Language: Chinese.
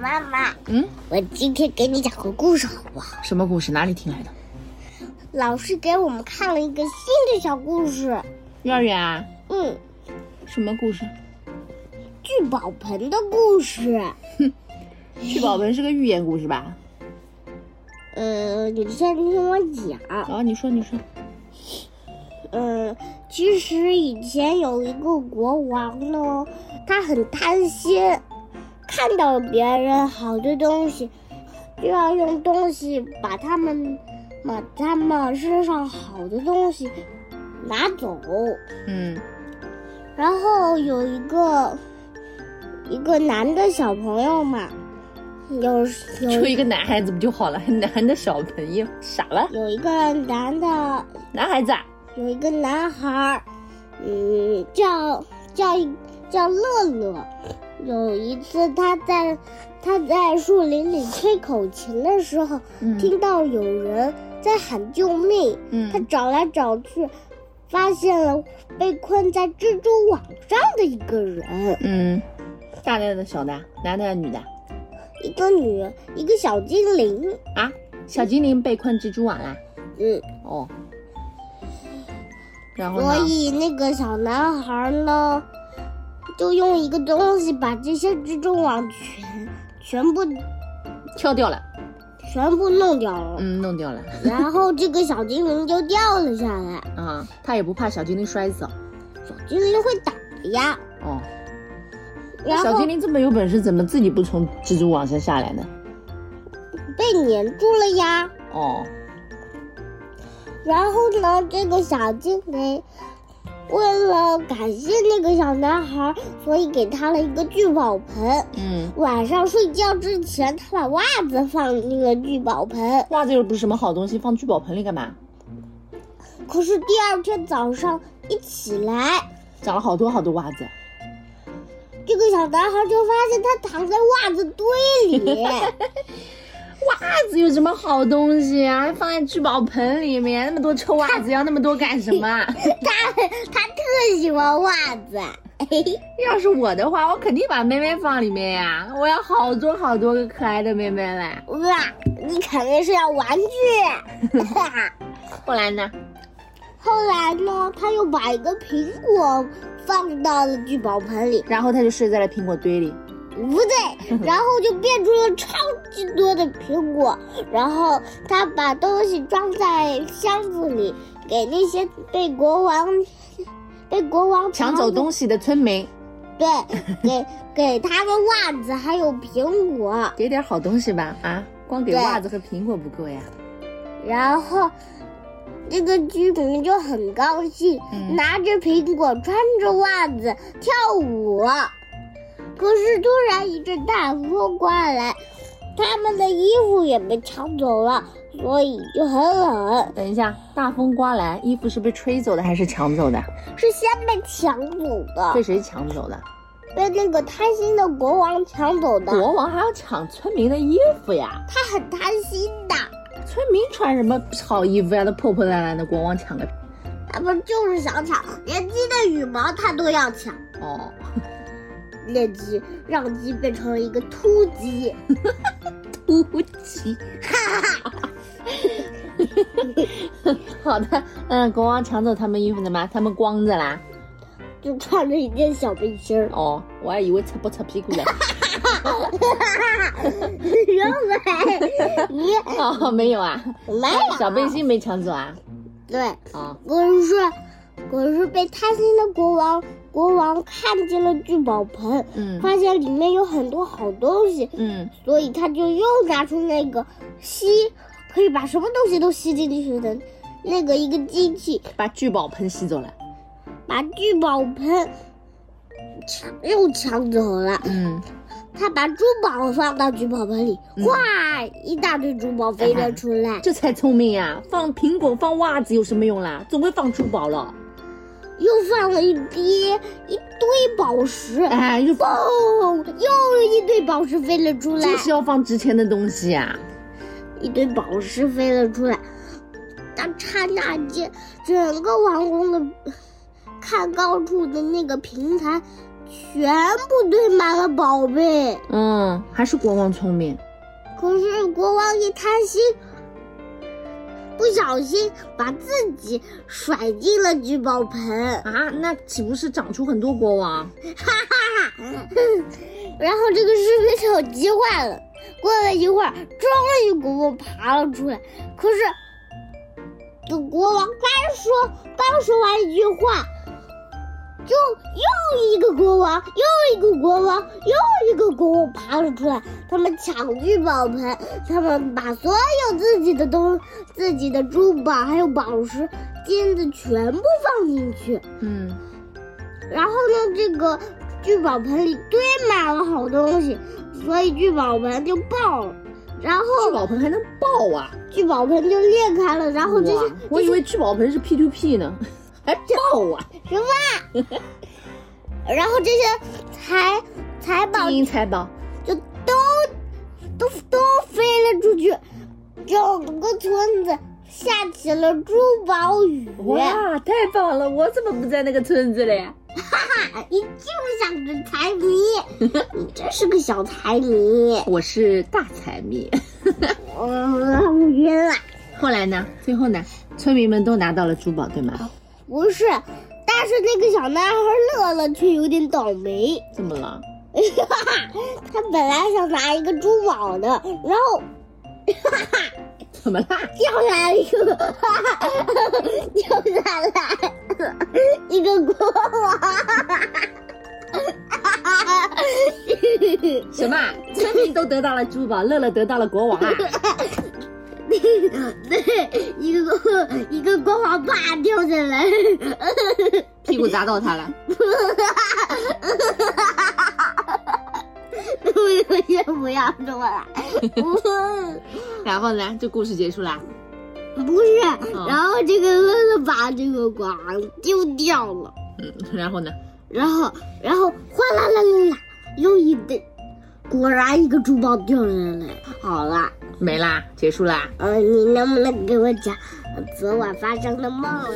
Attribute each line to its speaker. Speaker 1: 妈妈，
Speaker 2: 嗯，
Speaker 1: 我今天给你讲个故事好不好？
Speaker 2: 什么故事？哪里听来的？
Speaker 1: 老师给我们看了一个新的小故事，
Speaker 2: 幼儿园啊？
Speaker 1: 嗯，
Speaker 2: 什么故事？
Speaker 1: 聚宝盆的故事。
Speaker 2: 聚宝盆是个寓言故事吧？
Speaker 1: 呃，你先听我讲。
Speaker 2: 啊，你说，你说。
Speaker 1: 嗯，其实以前有一个国王呢，他很贪心，看到别人好的东西，就要用东西把他们把他们身上好的东西拿走。
Speaker 2: 嗯
Speaker 1: 然后有一个一个男的小朋友嘛，有
Speaker 2: 就
Speaker 1: 有
Speaker 2: 一个男孩子不就好了？ 男的小朋友傻了，
Speaker 1: 有一个男的
Speaker 2: 男孩子啊，
Speaker 1: 有一个男孩儿，嗯，叫叫一叫乐乐。有一次，他在他在树林里吹口琴的时候，
Speaker 2: 嗯
Speaker 1: 听到有人在喊救命。他
Speaker 2: 嗯，
Speaker 1: 找来找去，发现了被困在蜘蛛网上的一个人，
Speaker 2: 嗯，大的的小的，男的女的
Speaker 1: 一个女，一个小精灵。
Speaker 2: 啊？小精灵被困蜘蛛网啦？
Speaker 1: 嗯，
Speaker 2: 哦，然后
Speaker 1: 所
Speaker 2: 呢？
Speaker 1: 以那个小男孩呢，就用一个东西把这些蜘蛛网全全部
Speaker 2: 跳掉了，
Speaker 1: 全部弄掉了，
Speaker 2: 嗯，弄掉了
Speaker 1: 然后这个小精灵就掉了下来。
Speaker 2: 啊。他也不怕小精灵摔死哦。
Speaker 1: 小精灵会打的呀，
Speaker 2: 哦，
Speaker 1: 然
Speaker 2: 小
Speaker 1: 后
Speaker 2: 精灵这么有本事，怎么自己不从蜘蛛网上下来呢？
Speaker 1: 被粘住了呀。
Speaker 2: 哦，
Speaker 1: 然后呢，这个小精灵为了感谢那个小男孩，所以给他了一个聚宝盆。
Speaker 2: 嗯，
Speaker 1: 晚上睡觉之前，他把袜子放进了聚宝盆。
Speaker 2: 袜子又不是什么好东西，放聚宝盆里干嘛？
Speaker 1: 可是第二天早上一起来，
Speaker 2: 长了好多好多袜子。
Speaker 1: 这个小男孩就发现他躺在袜子堆里。
Speaker 2: 袜子有什么好东西啊？还放在聚宝盆里面，那么多臭袜子，要那么多干什么 啊？
Speaker 1: 他他特喜欢袜子，哎嘿嘿，
Speaker 2: 要是我的话，我肯定把妹妹放里面呀、我要好多好多个可爱的妹妹嘞。
Speaker 1: 哇，你肯定是要玩具。
Speaker 2: 后来呢？
Speaker 1: 后来呢，他又把一个苹果放到了聚宝盆里，
Speaker 2: 然后她就睡在了苹果堆里。
Speaker 1: 不 对，然后就变出了超级多的苹果。然后他把东西装在箱子里，给那些被国王被国王
Speaker 2: 抢走
Speaker 1: 的
Speaker 2: 东西的村民，
Speaker 1: 对，给给他们袜子还有苹果。
Speaker 2: 给点好东西吧啊！光给
Speaker 1: 对
Speaker 2: 袜子和苹果不够呀。
Speaker 1: 然后，这个居民就很高兴，
Speaker 2: 嗯
Speaker 1: 拿着苹果，穿着袜子跳舞。可是突然一阵大风刮来，他们的衣服也被抢走了，所以就很冷，
Speaker 2: 等一下，大风刮来，衣服是被吹走的还是抢走的？
Speaker 1: 是先被抢走
Speaker 2: 被
Speaker 1: 的，
Speaker 2: 谁抢走的？
Speaker 1: 被那个贪心的国王抢走的。
Speaker 2: 国王还要抢村民的衣服呀？
Speaker 1: 他很贪心的，
Speaker 2: 村民穿什么好衣服呀？都破破烂烂的，国王抢个
Speaker 1: 他们就是想抢，连鸡的羽毛他都要抢。
Speaker 2: 哦。
Speaker 1: 那只让鸡变成了一个秃鸡。
Speaker 2: 突击，好的，嗯，国王抢走他们衣服了吗？他们光着啦。，
Speaker 1: 就穿着一件小背心儿
Speaker 2: 哦，我还以为擦不擦屁股嘞。
Speaker 1: 原来你
Speaker 2: 哦，没有啊，
Speaker 1: 没有
Speaker 2: 小背心没抢走啊。
Speaker 1: 对，
Speaker 2: 哦，
Speaker 1: 可是可是被贪心的国王国王看见了聚宝盆，
Speaker 2: 嗯
Speaker 1: 发现里面有很多好东西，
Speaker 2: 嗯，
Speaker 1: 所以他就又拿出那个吸可以把什么东西都吸进去的那个一个机器，
Speaker 2: 把聚宝盆吸走了。
Speaker 1: 把聚宝盆抢又抢走了。
Speaker 2: 嗯，
Speaker 1: 他把珠宝放到聚宝盆里，
Speaker 2: 嗯
Speaker 1: 哗，一大堆珠宝飞了出来。
Speaker 2: 这才聪明呀、放苹果、放袜子有什么用啦？总归放珠宝了。
Speaker 1: 又放了一堆一堆宝石，
Speaker 2: 哎，又放，
Speaker 1: 嘣，又一堆宝石飞了出来，
Speaker 2: 就是要放值钱的东西啊呀、
Speaker 1: 一堆宝石飞了出来。那刹那间，整个王宫的看高处的那个平台全部堆满了宝贝。
Speaker 2: 嗯，还是国王聪明。
Speaker 1: 可是国王一贪心，不小心把自己甩进了聚宝盆，
Speaker 2: 啊，那岂不是长出很多国王？
Speaker 1: 然后这个士兵就急坏了。过了一会儿，终于国王爬了出来。可是，等国王刚说刚说完一句话，就又一个国王，又一个国王，又一个国王爬了出来。他们抢聚宝盆，他们把所有自己的东、自己的珠宝还有宝石、金子全部放进去。
Speaker 2: 嗯，
Speaker 1: 然后呢，这个聚宝盆里堆满了好东西，所以聚宝盆就爆了。然后
Speaker 2: 聚宝盆还能爆啊！
Speaker 1: 聚宝盆就裂开了，然后这
Speaker 2: 哇
Speaker 1: 些
Speaker 2: 我以为聚宝盆是 P to P 呢，还爆啊！
Speaker 1: 什么啊？然后这些财财宝
Speaker 2: 金银财宝，
Speaker 1: 就都都都飞了出去，整个村子下起了珠宝雨。
Speaker 2: 哇，太棒了！我怎么不在那个村子嘞？
Speaker 1: 啊你就是想着财迷，你真是个小财迷。
Speaker 2: 我是大财迷。
Speaker 1: 嗯，晕了。
Speaker 2: 后来呢？最后呢？村民们都拿到了珠宝，对吗？
Speaker 1: 不是，但是那个小男孩乐乐却有点倒霉。
Speaker 2: 怎么了？
Speaker 1: 他本来想拿一个珠宝的，然后
Speaker 2: 怎么 啦？
Speaker 1: 掉下来一个，哈哈 掉下来一个国王。
Speaker 2: 什么？村民都得到了珠宝，乐 乐得到了国王 啊！
Speaker 1: 对， 一个国一个国王啪掉下来，
Speaker 2: 屁股砸到他了。
Speaker 1: 我先不要说了。嗯
Speaker 2: 然后呢？这故事结束啦。
Speaker 1: 不是，然后这个乐乐把这个瓜丢掉了，
Speaker 2: 嗯，然后呢？
Speaker 1: 然后然后哗啦啦啦啦，又一堆，果然一个珠宝掉下来。好了，
Speaker 2: 没啦，结束啦。
Speaker 1: 呃，你能不能给我讲呃昨晚发生的梦啊？